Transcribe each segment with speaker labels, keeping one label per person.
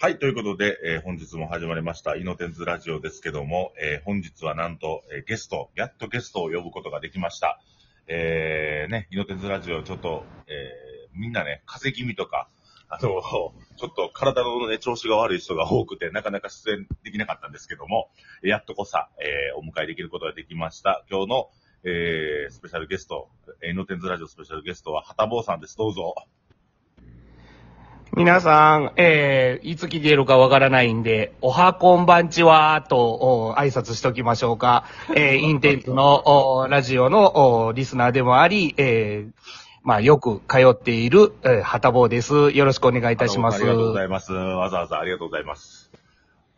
Speaker 1: はい、ということで、えー本日も始まりました、イノテンズラジオですけども、えー本日はなんと、えーゲスト、やっとゲストを呼ぶことができました。えー、ね、イノテンズラジオ、ちょっと、えーみんなね、風邪気味とか、あの、ちょっと体のね、調子が悪い人が多くて、なかなか出演できなかったんですけども、やっとこさ、えーお迎えできることができました。今日の、えースペシャルゲスト、えーイノテンズラジオスペシャルゲストは、はたぼうさんです。どうぞ。
Speaker 2: 皆さん、えー、いつ来ているかわからないんで、おはこんばんちは、と、お挨拶しときましょうか。 えー、インテンツの、おラジオの、おリスナーでもあり、えー、まあ、よく通っている、えー、はたぼうです。よろしくお願いいたします。
Speaker 1: ありがとうござ
Speaker 2: はい
Speaker 1: ます。わざわざありがとうございます。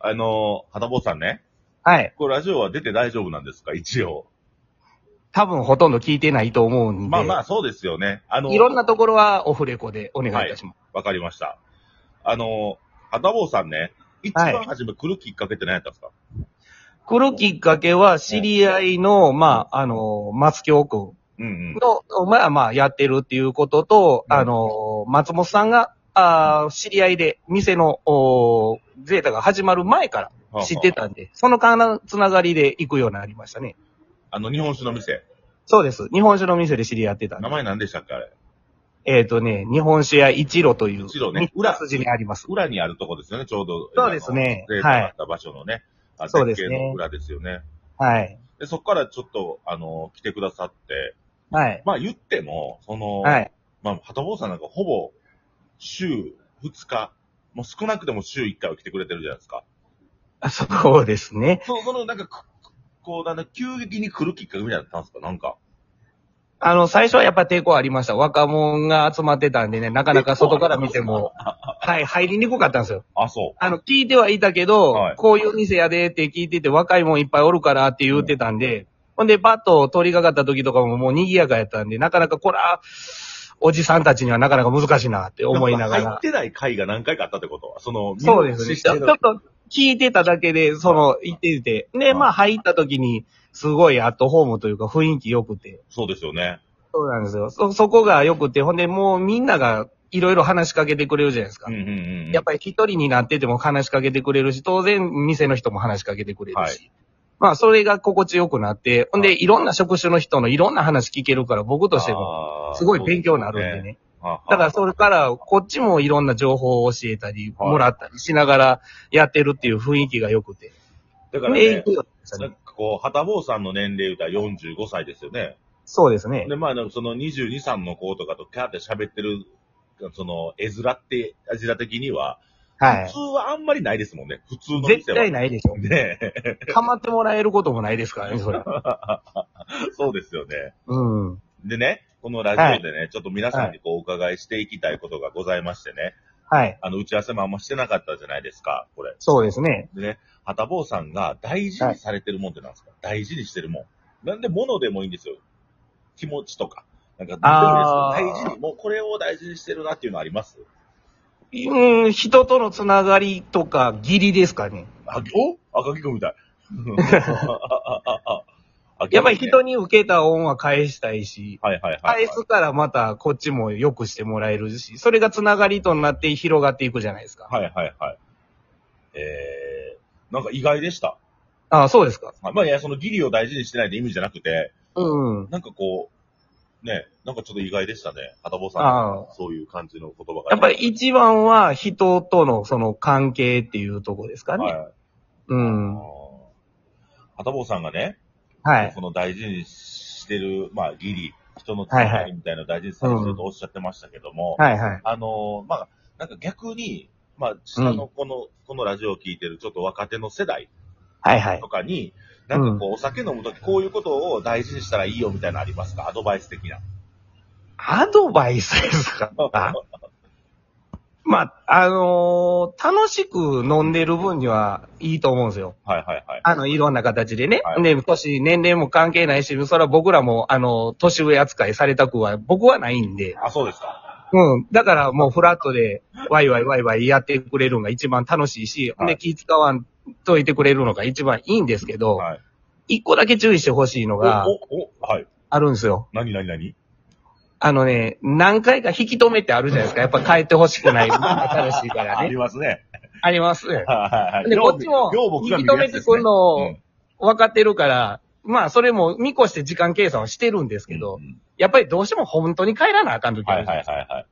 Speaker 1: あの、はたぼうさんね、
Speaker 2: い。
Speaker 1: これラジオは出て大丈夫なんですか一応。
Speaker 2: 多分ほとんど聞いてないと思うんで。
Speaker 1: まあまあ、そうですよね。あの、
Speaker 2: いろんなところはオフレコでお願いいたします。
Speaker 1: わかりました。あの、はたぼうさんね、一番
Speaker 2: はい
Speaker 1: 初め来るきっかけって何やったんですか、
Speaker 2: 来るきっかけは、知り合いの、まあ、あの、松京君。
Speaker 1: うんうん。
Speaker 2: の、まあまあやってるっていうことと、
Speaker 1: うん
Speaker 2: あの、松本さんが、あー知り合いで、店の、おーゼータが始まる前か
Speaker 1: はあは
Speaker 2: ら
Speaker 1: あ
Speaker 2: 知ってたんで、そのかな、つながりで行くようになりましたね。
Speaker 1: あの、日本酒の店。
Speaker 2: そうです。日本酒の店で知り合ってたんで
Speaker 1: 名。前何でしたっけあれ。
Speaker 2: えっ、とね、日本酒屋一路という、
Speaker 1: 一路ね
Speaker 2: 裏筋にあります。
Speaker 1: 裏にあるとこですよね、ちょうど。
Speaker 2: そうですね
Speaker 1: あのデータがあった場所のね。あ
Speaker 2: そうですね
Speaker 1: 絶景の裏ですよね。
Speaker 2: はい。
Speaker 1: で、そこからちょっと、あの、来てくださって、
Speaker 2: はい。
Speaker 1: まあ言っても、その、
Speaker 2: はい。
Speaker 1: まあ、はたぼうさんなんかほぼ週2日、もう少なくても週1回は来てくれてるじゃないですか。
Speaker 2: あそうですね。
Speaker 1: そそのなんか、くこう、なんだ、急激に来るきっかけみたいだったんですかなんか。
Speaker 2: あの、最初はやっぱ抵抗ありました。若者が集まってたんでね、なかなか外から見て も、はい、入りにくかったんですよ。
Speaker 1: あ、そ
Speaker 2: あの、聞いてはいたけど、
Speaker 1: はい
Speaker 2: こういう店やでって聞いてて、若いもんいっぱいおるからって言ってたんで、ほんで、パッと通りかかった時とかももう賑やかやったんで、なかなかこら、おじさんたちにはなかなか難しいなって
Speaker 1: う。
Speaker 2: 思いなが
Speaker 1: 入っ
Speaker 2: ら。
Speaker 1: てない回が何回かあったってことは、その、
Speaker 2: そうですね。
Speaker 1: 見
Speaker 2: ちょ
Speaker 1: 落
Speaker 2: ち
Speaker 1: とし
Speaker 2: ょっと聞いてただけで、その、行ってて。
Speaker 1: は
Speaker 2: で、
Speaker 1: い
Speaker 2: まあ入った時に、すごいアットホームというか雰囲気良くて。
Speaker 1: そうですよね。
Speaker 2: そうなんですよ。そ、そこが良くて、ほんでもうみんながいろいろ話しかけてくれるじゃないですか。
Speaker 1: うんうんうんうん。
Speaker 2: やっぱり一人になってても話しかけてくれるし、当然店の人も話しかけてくれるし。
Speaker 1: はい
Speaker 2: まあ、それが心地よくなって、ほん
Speaker 1: は
Speaker 2: で、いろんな職種の人のいろんな話聞けるから、僕としても、
Speaker 1: も
Speaker 2: すごい勉強になるんでね。。
Speaker 1: だ
Speaker 2: だから、それから、こっちもいろんな情報を教えたり、
Speaker 1: はい
Speaker 2: もらったりしながらやってるっていう雰囲気が良くて。
Speaker 1: だから
Speaker 2: で、
Speaker 1: ね
Speaker 2: 影、響力でした
Speaker 1: なん
Speaker 2: ね。
Speaker 1: かこう、はたぼうさんの年齢言うたら45歳ですよね。
Speaker 2: そうですね。
Speaker 1: で、まあ、その22、3の子とかとキャーって喋ってる、その、絵面って、味ら的には、
Speaker 2: は
Speaker 1: 普
Speaker 2: い
Speaker 1: 通。はあんまりないですもんね。普通の店は。
Speaker 2: 絶対ないでしょ。
Speaker 1: ねえ
Speaker 2: かまってもらえることもないですからね、それ。
Speaker 1: そうですよね。
Speaker 2: うん。
Speaker 1: でね、このラジオでね、ちょっと皆さんにこうお伺いしていきたいことがございましてね、
Speaker 2: はい。
Speaker 1: あの、打ち合わせもあんましてなかったじゃないですか、これ。
Speaker 2: そうですね。
Speaker 1: でね、はたぼうさんが大事にされてるもんってなんですか、大事にしてるもん。なんで物でもいいんですよ。気持ちとか。なんか、
Speaker 2: あー
Speaker 1: でもいいですけど大事に、もうこれを大事にしてるなっていうのあります
Speaker 2: うん、人とのつながりとか、義理ですかね。
Speaker 1: あ、お赤木君みたい。
Speaker 2: やっぱり
Speaker 1: 人
Speaker 2: 人に受けた恩は返したいし、
Speaker 1: はいはいはい。
Speaker 2: 返すからまたこっちも良くしてもらえるし、それがつながりとなって広がっていくじゃないですか。
Speaker 1: はいはいはい。えー、なんか意外でした。
Speaker 2: ああ、そうですか。
Speaker 1: まあいや、その義理を大事にしてないって意味じゃなくて、
Speaker 2: うん。
Speaker 1: なんかこう、ね、なんかちょっと意外でしたね。はたぼうさん
Speaker 2: あ
Speaker 1: のそういう感じの言葉が。
Speaker 2: やっぱり一番は人とのその関係っていうとこですかね。
Speaker 1: はい。
Speaker 2: う
Speaker 1: あー
Speaker 2: ん。
Speaker 1: はたぼうさんがね、
Speaker 2: はい。
Speaker 1: その大事にしてる、まあ義理、人のつながりみたいなのを大事にされてるとおっしゃってましたけども、
Speaker 2: はいはい。
Speaker 1: あのーまあ、なんか逆に、まあ、下のこの、このラジオを聞いてるちょっと若手の世代
Speaker 2: はいはい
Speaker 1: と。かに、なんかこう、お酒飲むときこういうことを大事にしたらいいよみたいなのありますかアドバイス的な。
Speaker 2: アドバイスですか まあ、あのー楽しく飲んでる分にはいいと思うんですよ。
Speaker 1: はいはいはい。
Speaker 2: あの、いろんな形でね。
Speaker 1: はい
Speaker 2: で、年、年齢も関係ないし、それは僕らも、あの、年上扱いされたくは、僕はないんで。
Speaker 1: あ、そうですか。
Speaker 2: うん。だからもうフラットで、ワイワイワイワイやってくれるのが一番楽しいし、
Speaker 1: はい
Speaker 2: で、気使わんといてくれるのが一番いいんですけど、
Speaker 1: はい。
Speaker 2: 一個だけ注意してほしいのが
Speaker 1: お、お、お、はい。
Speaker 2: あるんですよ。
Speaker 1: なになになに
Speaker 2: あのね、何回か引き止めってあるじゃないですか。やっぱ帰ってほしくない。新しいから
Speaker 1: あ
Speaker 2: ね
Speaker 1: り。ますね。
Speaker 2: あります。
Speaker 1: はいはい。
Speaker 2: でこっちも
Speaker 1: 両僕が見るやつですね
Speaker 2: 認めてくんの
Speaker 1: うん
Speaker 2: 分かってるから、まあ、それも見越して時間計算をしてるんですけど、
Speaker 1: うん
Speaker 2: やっぱりどうしても本当に帰らなあかん時あ
Speaker 1: は
Speaker 2: る
Speaker 1: い
Speaker 2: じゃ
Speaker 1: は
Speaker 2: ないい
Speaker 1: は
Speaker 2: ですか。
Speaker 1: いはい。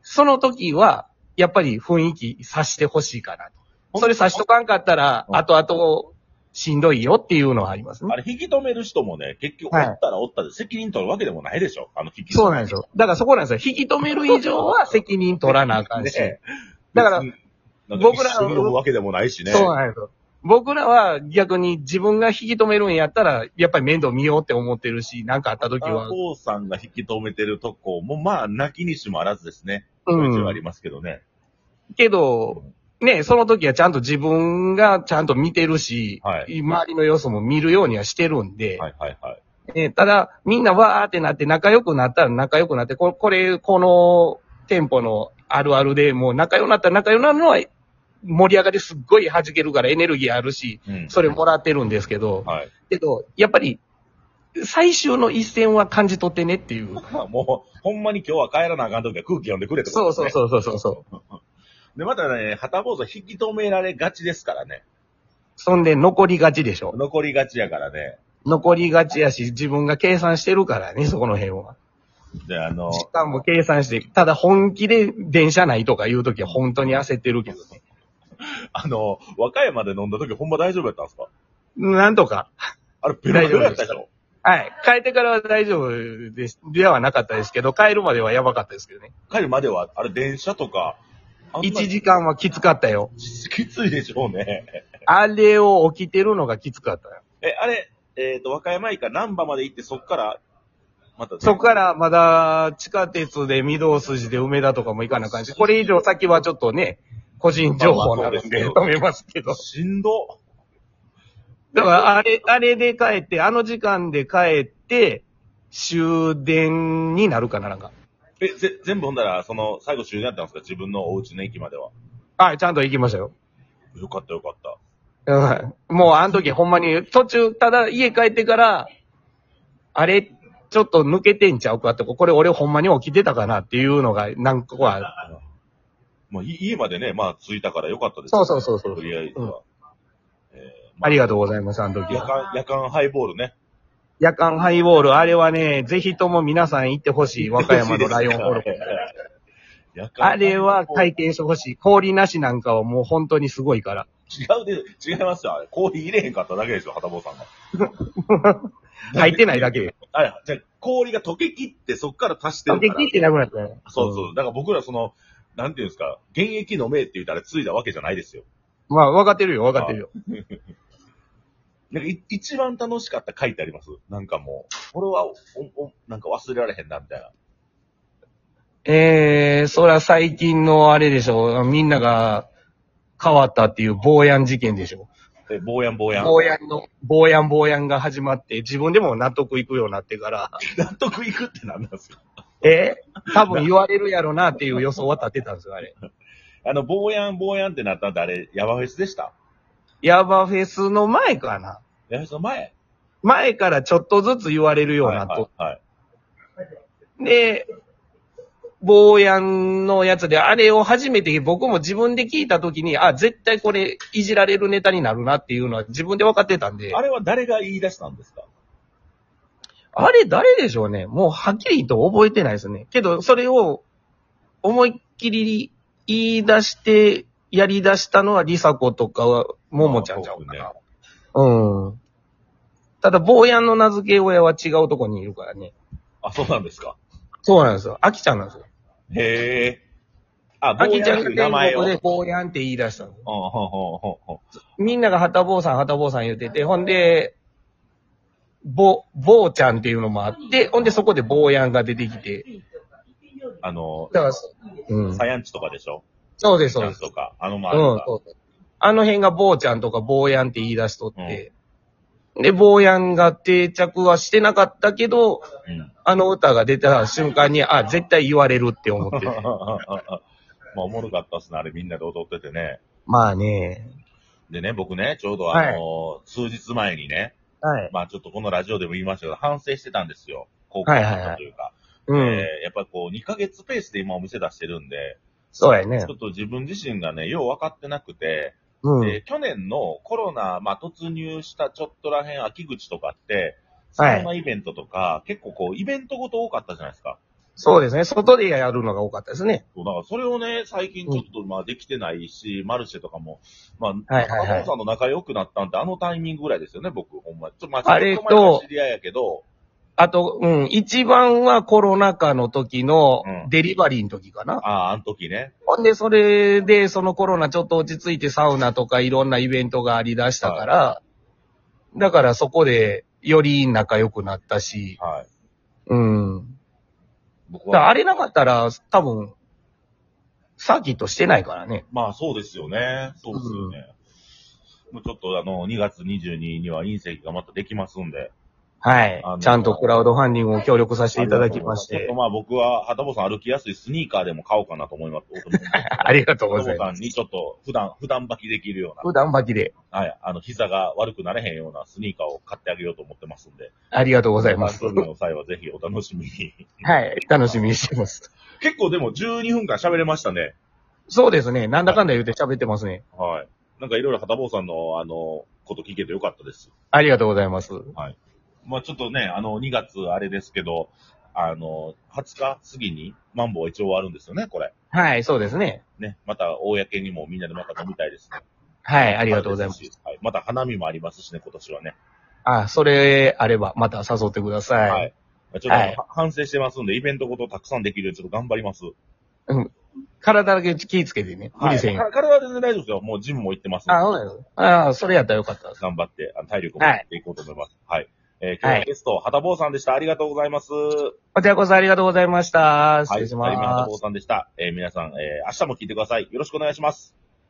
Speaker 2: その時は、やっぱり雰囲気察してほしいかなと。それ察しとかんかったら、
Speaker 1: うん
Speaker 2: 後々しんどいよっていうのはありますね
Speaker 1: あ。れ、引き止める人もね、結局、お
Speaker 2: はい
Speaker 1: ったらおったで責任取るわけでもないでしょ。あの、引き
Speaker 2: そうなんですよ。だからそこなんですよ。引き止める以上は責任取らなあか んし。
Speaker 1: ね
Speaker 2: だから
Speaker 1: 別になんか
Speaker 2: 僕ら
Speaker 1: 一緒に飲むわけでもないしね。
Speaker 2: そうなんですよ。僕らは逆に自分が引き止めるんやったら、やっぱり面倒見ようって思ってるし、なんかあった時は。
Speaker 1: お父さんが引き止めてるとこも、まあ、泣きにしもあらずですね。
Speaker 2: う
Speaker 1: ちょいちょいあ
Speaker 2: ん。
Speaker 1: りますけどね。
Speaker 2: けど、ね、その時はちゃんと自分がちゃんと見てるし、
Speaker 1: は
Speaker 2: 周りの様子も見るようにはしてるんで、
Speaker 1: はいはいはい。
Speaker 2: ねただ、みんなわーってなって仲良くなったら仲良くなって、ここれ、この店舗のあるあるでもう仲良くなったら仲良くなるのは盛り上がりすっごい弾けるからエネルギーあるし、
Speaker 1: うん
Speaker 2: それもらってるんですけど、
Speaker 1: はい。
Speaker 2: けど、やっぱり、最終の一戦は感じ取ってねっていう。
Speaker 1: もう、ほんまに今日は帰らなあかんときは空気読んでくれってこと
Speaker 2: そう
Speaker 1: です
Speaker 2: そう
Speaker 1: ね。
Speaker 2: そうそうそうそう。
Speaker 1: う。で、またね、旗坊主は引き止められがちですからね。
Speaker 2: そんで残りがちでしょ。
Speaker 1: 残りがちやからね。
Speaker 2: 残りがちやし、自分が計算してるからね、そこの辺は。
Speaker 1: で、あ の、
Speaker 2: 時間も計算して、ただ本気で電車内とかいうときは本当に焦ってるけどね。
Speaker 1: あの、和歌山で飲んだときほんま大丈夫やったんですか
Speaker 2: なんとか。
Speaker 1: あれ、ベロベロやったでしょ
Speaker 2: はい。帰ってからは大丈夫です。ではなかったですけど、帰るまではやばかったですけどね。
Speaker 1: 帰るまでは、あれ、電車とか、あんまり
Speaker 2: 1時間はきつかったよ。
Speaker 1: きついでしょうね。
Speaker 2: あれを起きてるのがきつかったよ。
Speaker 1: え、あれ、えっ、と、和歌山駅から難波まで行って、そっから、また、
Speaker 2: そこからまだ地下鉄で御堂筋で梅田とかも行かな感じ。これ以上先はちょっとね、個人情報な
Speaker 1: まあまあそ
Speaker 2: ので
Speaker 1: うですけど
Speaker 2: 止めますけど。
Speaker 1: しんど。
Speaker 2: だからあれ、あれで帰って、あの時間で帰って、終電になるかななんか。
Speaker 1: え、ぜ、全部ほんだら、その、最後終電やったんですか自分のお家の駅までは。
Speaker 2: はい、ちゃんと行きましたよ。
Speaker 1: よかったよかった。
Speaker 2: うんもうあの時ほんまに、途中、ただ家帰ってから、あれ、ちょっと抜けてんちゃうかとか、これ俺ほんまに起きてたかなっていうのが何個か。
Speaker 1: まあ、い家までね、まあ、着いたからよかったです、
Speaker 2: そうそうそうそう
Speaker 1: とりあえずは。
Speaker 2: う
Speaker 1: え
Speaker 2: ん
Speaker 1: ーま
Speaker 2: ありがとうございます、あの時
Speaker 1: 夜間、
Speaker 2: は。
Speaker 1: 夜間ハイボールね。
Speaker 2: 夜間ハイボール、あれはね、ぜひとも皆さん行ってほしい、和歌山のライオンホール。
Speaker 1: 夜間ハ
Speaker 2: あ
Speaker 1: イボール
Speaker 2: れは体験してほしい。氷なしなんかはもう本当にすごいから。
Speaker 1: 違うで、違いますよ。あれ、氷入れへんかっただけでしょ、はたぼうさんが。
Speaker 2: 入ってないだけで。
Speaker 1: あれ、じゃあ氷が溶けきって、そっから足してるか
Speaker 2: 溶け
Speaker 1: ら。
Speaker 2: 切ってなくなったね。
Speaker 1: そうそう。だから僕らその、なんていうんですか、現役の命って言ったらついだわけじゃないですよ。
Speaker 2: うん。まあ、分かってるよ、分かってるよ。
Speaker 1: なんかい一番楽しかった書いてありますなんかもう、これはおお、なんか忘れられへんな、みたいな。
Speaker 2: えー、そら最近のあれでしょ、みんなが変わったっていう坊やん事件でしょ。
Speaker 1: え、坊やん坊やん。
Speaker 2: 坊やんの、坊やん坊やんが始まって、自分でも納得いくようになっ てから、
Speaker 1: 納得いくってなんなんですか
Speaker 2: えー多分言われるやろなっていう予想は立てたんですよ、あれ。
Speaker 1: あの、坊やん坊やんってなったんであれ、ヤバフェスでした
Speaker 2: ヤバフェスの前かな。
Speaker 1: ヤバフェスの前
Speaker 2: 前からちょっとずつ言われるようになっとっ
Speaker 1: はいはい、はい。
Speaker 2: で、坊やんのやつで、あれを初めて僕も自分で聞いたときに、あ、絶対これいじられるネタになるなっていうのは自分で分かってたんで、あ
Speaker 1: あ
Speaker 2: れ
Speaker 1: れは誰が言い出したんですか
Speaker 2: 誰でしょうねもうはっきりと覚えてないですね。けど、それを思いっきり言い出して、やり出したのはリサ子とかは、ももちゃんちゃうかな。うん。ただ、坊やんの名付け親は違うとこにいるからね。
Speaker 1: あ、そうなんですか。
Speaker 2: そうなんですよ。あきちゃんなんですよ。
Speaker 1: へえ。あ、坊
Speaker 2: あきち
Speaker 1: や
Speaker 2: ゃ
Speaker 1: ん
Speaker 2: ん
Speaker 1: っていう
Speaker 2: が
Speaker 1: 名前
Speaker 2: 天
Speaker 1: を。
Speaker 2: 国で坊やんって言い出したの。
Speaker 1: うんうんうんうんうん
Speaker 2: みんながはたぼうさん、はたぼうさん言ってて、ほんで、ぼ、ぼうちゃんっていうのもあって、ほんでそこでぼうやんが出てきて。
Speaker 1: あの、
Speaker 2: だから、うん。
Speaker 1: サヤンチとかでしょ
Speaker 2: そうです、そう
Speaker 1: サヤン
Speaker 2: で
Speaker 1: チ
Speaker 2: す。
Speaker 1: とか、あの
Speaker 2: うん、
Speaker 1: 周りが。
Speaker 2: そうです。あの辺がぼうちゃんとかぼうやんって言い出しとって、で、ぼうやんが定着はしてなかったけど、
Speaker 1: うん
Speaker 2: あの歌が出た瞬間に、あ、絶対言われるって思って。
Speaker 1: まあ、おもろかったっすね。あれみんなで踊っててね。
Speaker 2: まあね。
Speaker 1: でね、僕ね、ちょうどあのー数日前にね、
Speaker 2: はい。
Speaker 1: まあちょっとこのラジオでも言いましたけど、反省してたんですよ。高校生というか。
Speaker 2: う
Speaker 1: え
Speaker 2: ん。
Speaker 1: ーやっぱりこう、2ヶ月ペースで今お店出してるんで、
Speaker 2: そうやね
Speaker 1: ちょ。っと自分自身がね、よう分かってなくて、
Speaker 2: うん。
Speaker 1: で去年のコロナ、まあ、突入したちょっとらへん秋口とかって、サ
Speaker 2: はい
Speaker 1: ウナイベントとか、結構こう、イベントごと多かったじゃないですか。
Speaker 2: そうですね。外でやるのが多かったですね。
Speaker 1: そうだからそれをね、最近ちょっとまあできてないし、マルシェとかも、まあ、
Speaker 2: はいはいはい
Speaker 1: 中野さんと仲良くなったんって、あのタイミングぐらいですよね、僕、ほんま。ちょっとまあ、
Speaker 2: あれと
Speaker 1: ちょっ前から知り合いやけど、
Speaker 2: あと、うん、一番はコロナ禍の時の
Speaker 1: うん
Speaker 2: デリバリーの時かな。
Speaker 1: ああ、あの時ね。
Speaker 2: ほんで、それで、そのコロナちょっと落ち着いてサウナとかいろんなイベントがありだしたから、だからそこでより仲良くなったし、
Speaker 1: はい。
Speaker 2: うん。
Speaker 1: 僕
Speaker 2: だから
Speaker 1: は。
Speaker 2: あれなかったら、多分、サーキットしてないからね。
Speaker 1: まあ、そうですよね。そうですよね。もうちょっとあの、2月22日には隕石がまたできますんで。
Speaker 2: はい
Speaker 1: あの。
Speaker 2: ちゃんとクラウドファンディングを協力させていただきまし
Speaker 1: ちょってと。まあ僕は、はたぼさん歩きやすいスニーカーでも買おうかなと思います。
Speaker 2: ありがとう
Speaker 1: は
Speaker 2: ご
Speaker 1: た
Speaker 2: ざ
Speaker 1: ぼ
Speaker 2: います。
Speaker 1: さんにちょっと普段、普段履きできるよう
Speaker 2: 普段履きで。
Speaker 1: な、はい、あの、膝が悪くなれへんようなスニーカーを買ってあげようと思ってますんで。
Speaker 2: ありがとうございます。
Speaker 1: 番組の際はぜひお楽しみに。
Speaker 2: はい。楽しみにしてます。
Speaker 1: 結構でも12分間喋れましたね。
Speaker 2: そうですね。なんだかんだ言うて喋ってますね。
Speaker 1: はい。なんかいろいろはたぼさんの、あの、こと聞けてよかったです。
Speaker 2: ありがとうございます。
Speaker 1: まあちょっとね、あの、2月あれですけど、あの、20日過ぎにマンボウは一応終わるんですよね、これ。
Speaker 2: はい、そうですね。
Speaker 1: ね、また公にもみんなでまた飲みたいですね。
Speaker 2: はい、
Speaker 1: あ
Speaker 2: ありがとうございます。。
Speaker 1: はい、また花見もありますしね、今年はね。
Speaker 2: あ、それあれば、また誘ってください。
Speaker 1: はいちょっと、
Speaker 2: はい
Speaker 1: 反省してますんで、イベントごとたくさんできるようにちょっと頑張ります。
Speaker 2: 体だけ気ぃつけてね。無理せんよ。
Speaker 1: はい体は全然大丈夫ですよ。もうジムも行ってますんで
Speaker 2: あ、そうだよ。ああ、それやったらよかったです。
Speaker 1: 頑張って、あの体力も持っていこうと思います。はい。えー今日
Speaker 2: は
Speaker 1: はいゲスト、はたぼうさんでした。ありがとうございます。
Speaker 2: こちらこそありがとうございました。失礼し
Speaker 1: は
Speaker 2: ま
Speaker 1: い、
Speaker 2: す。
Speaker 1: はたぼうさんでした。えー皆さん、えー明日も聞いてください。よろしくお願いします。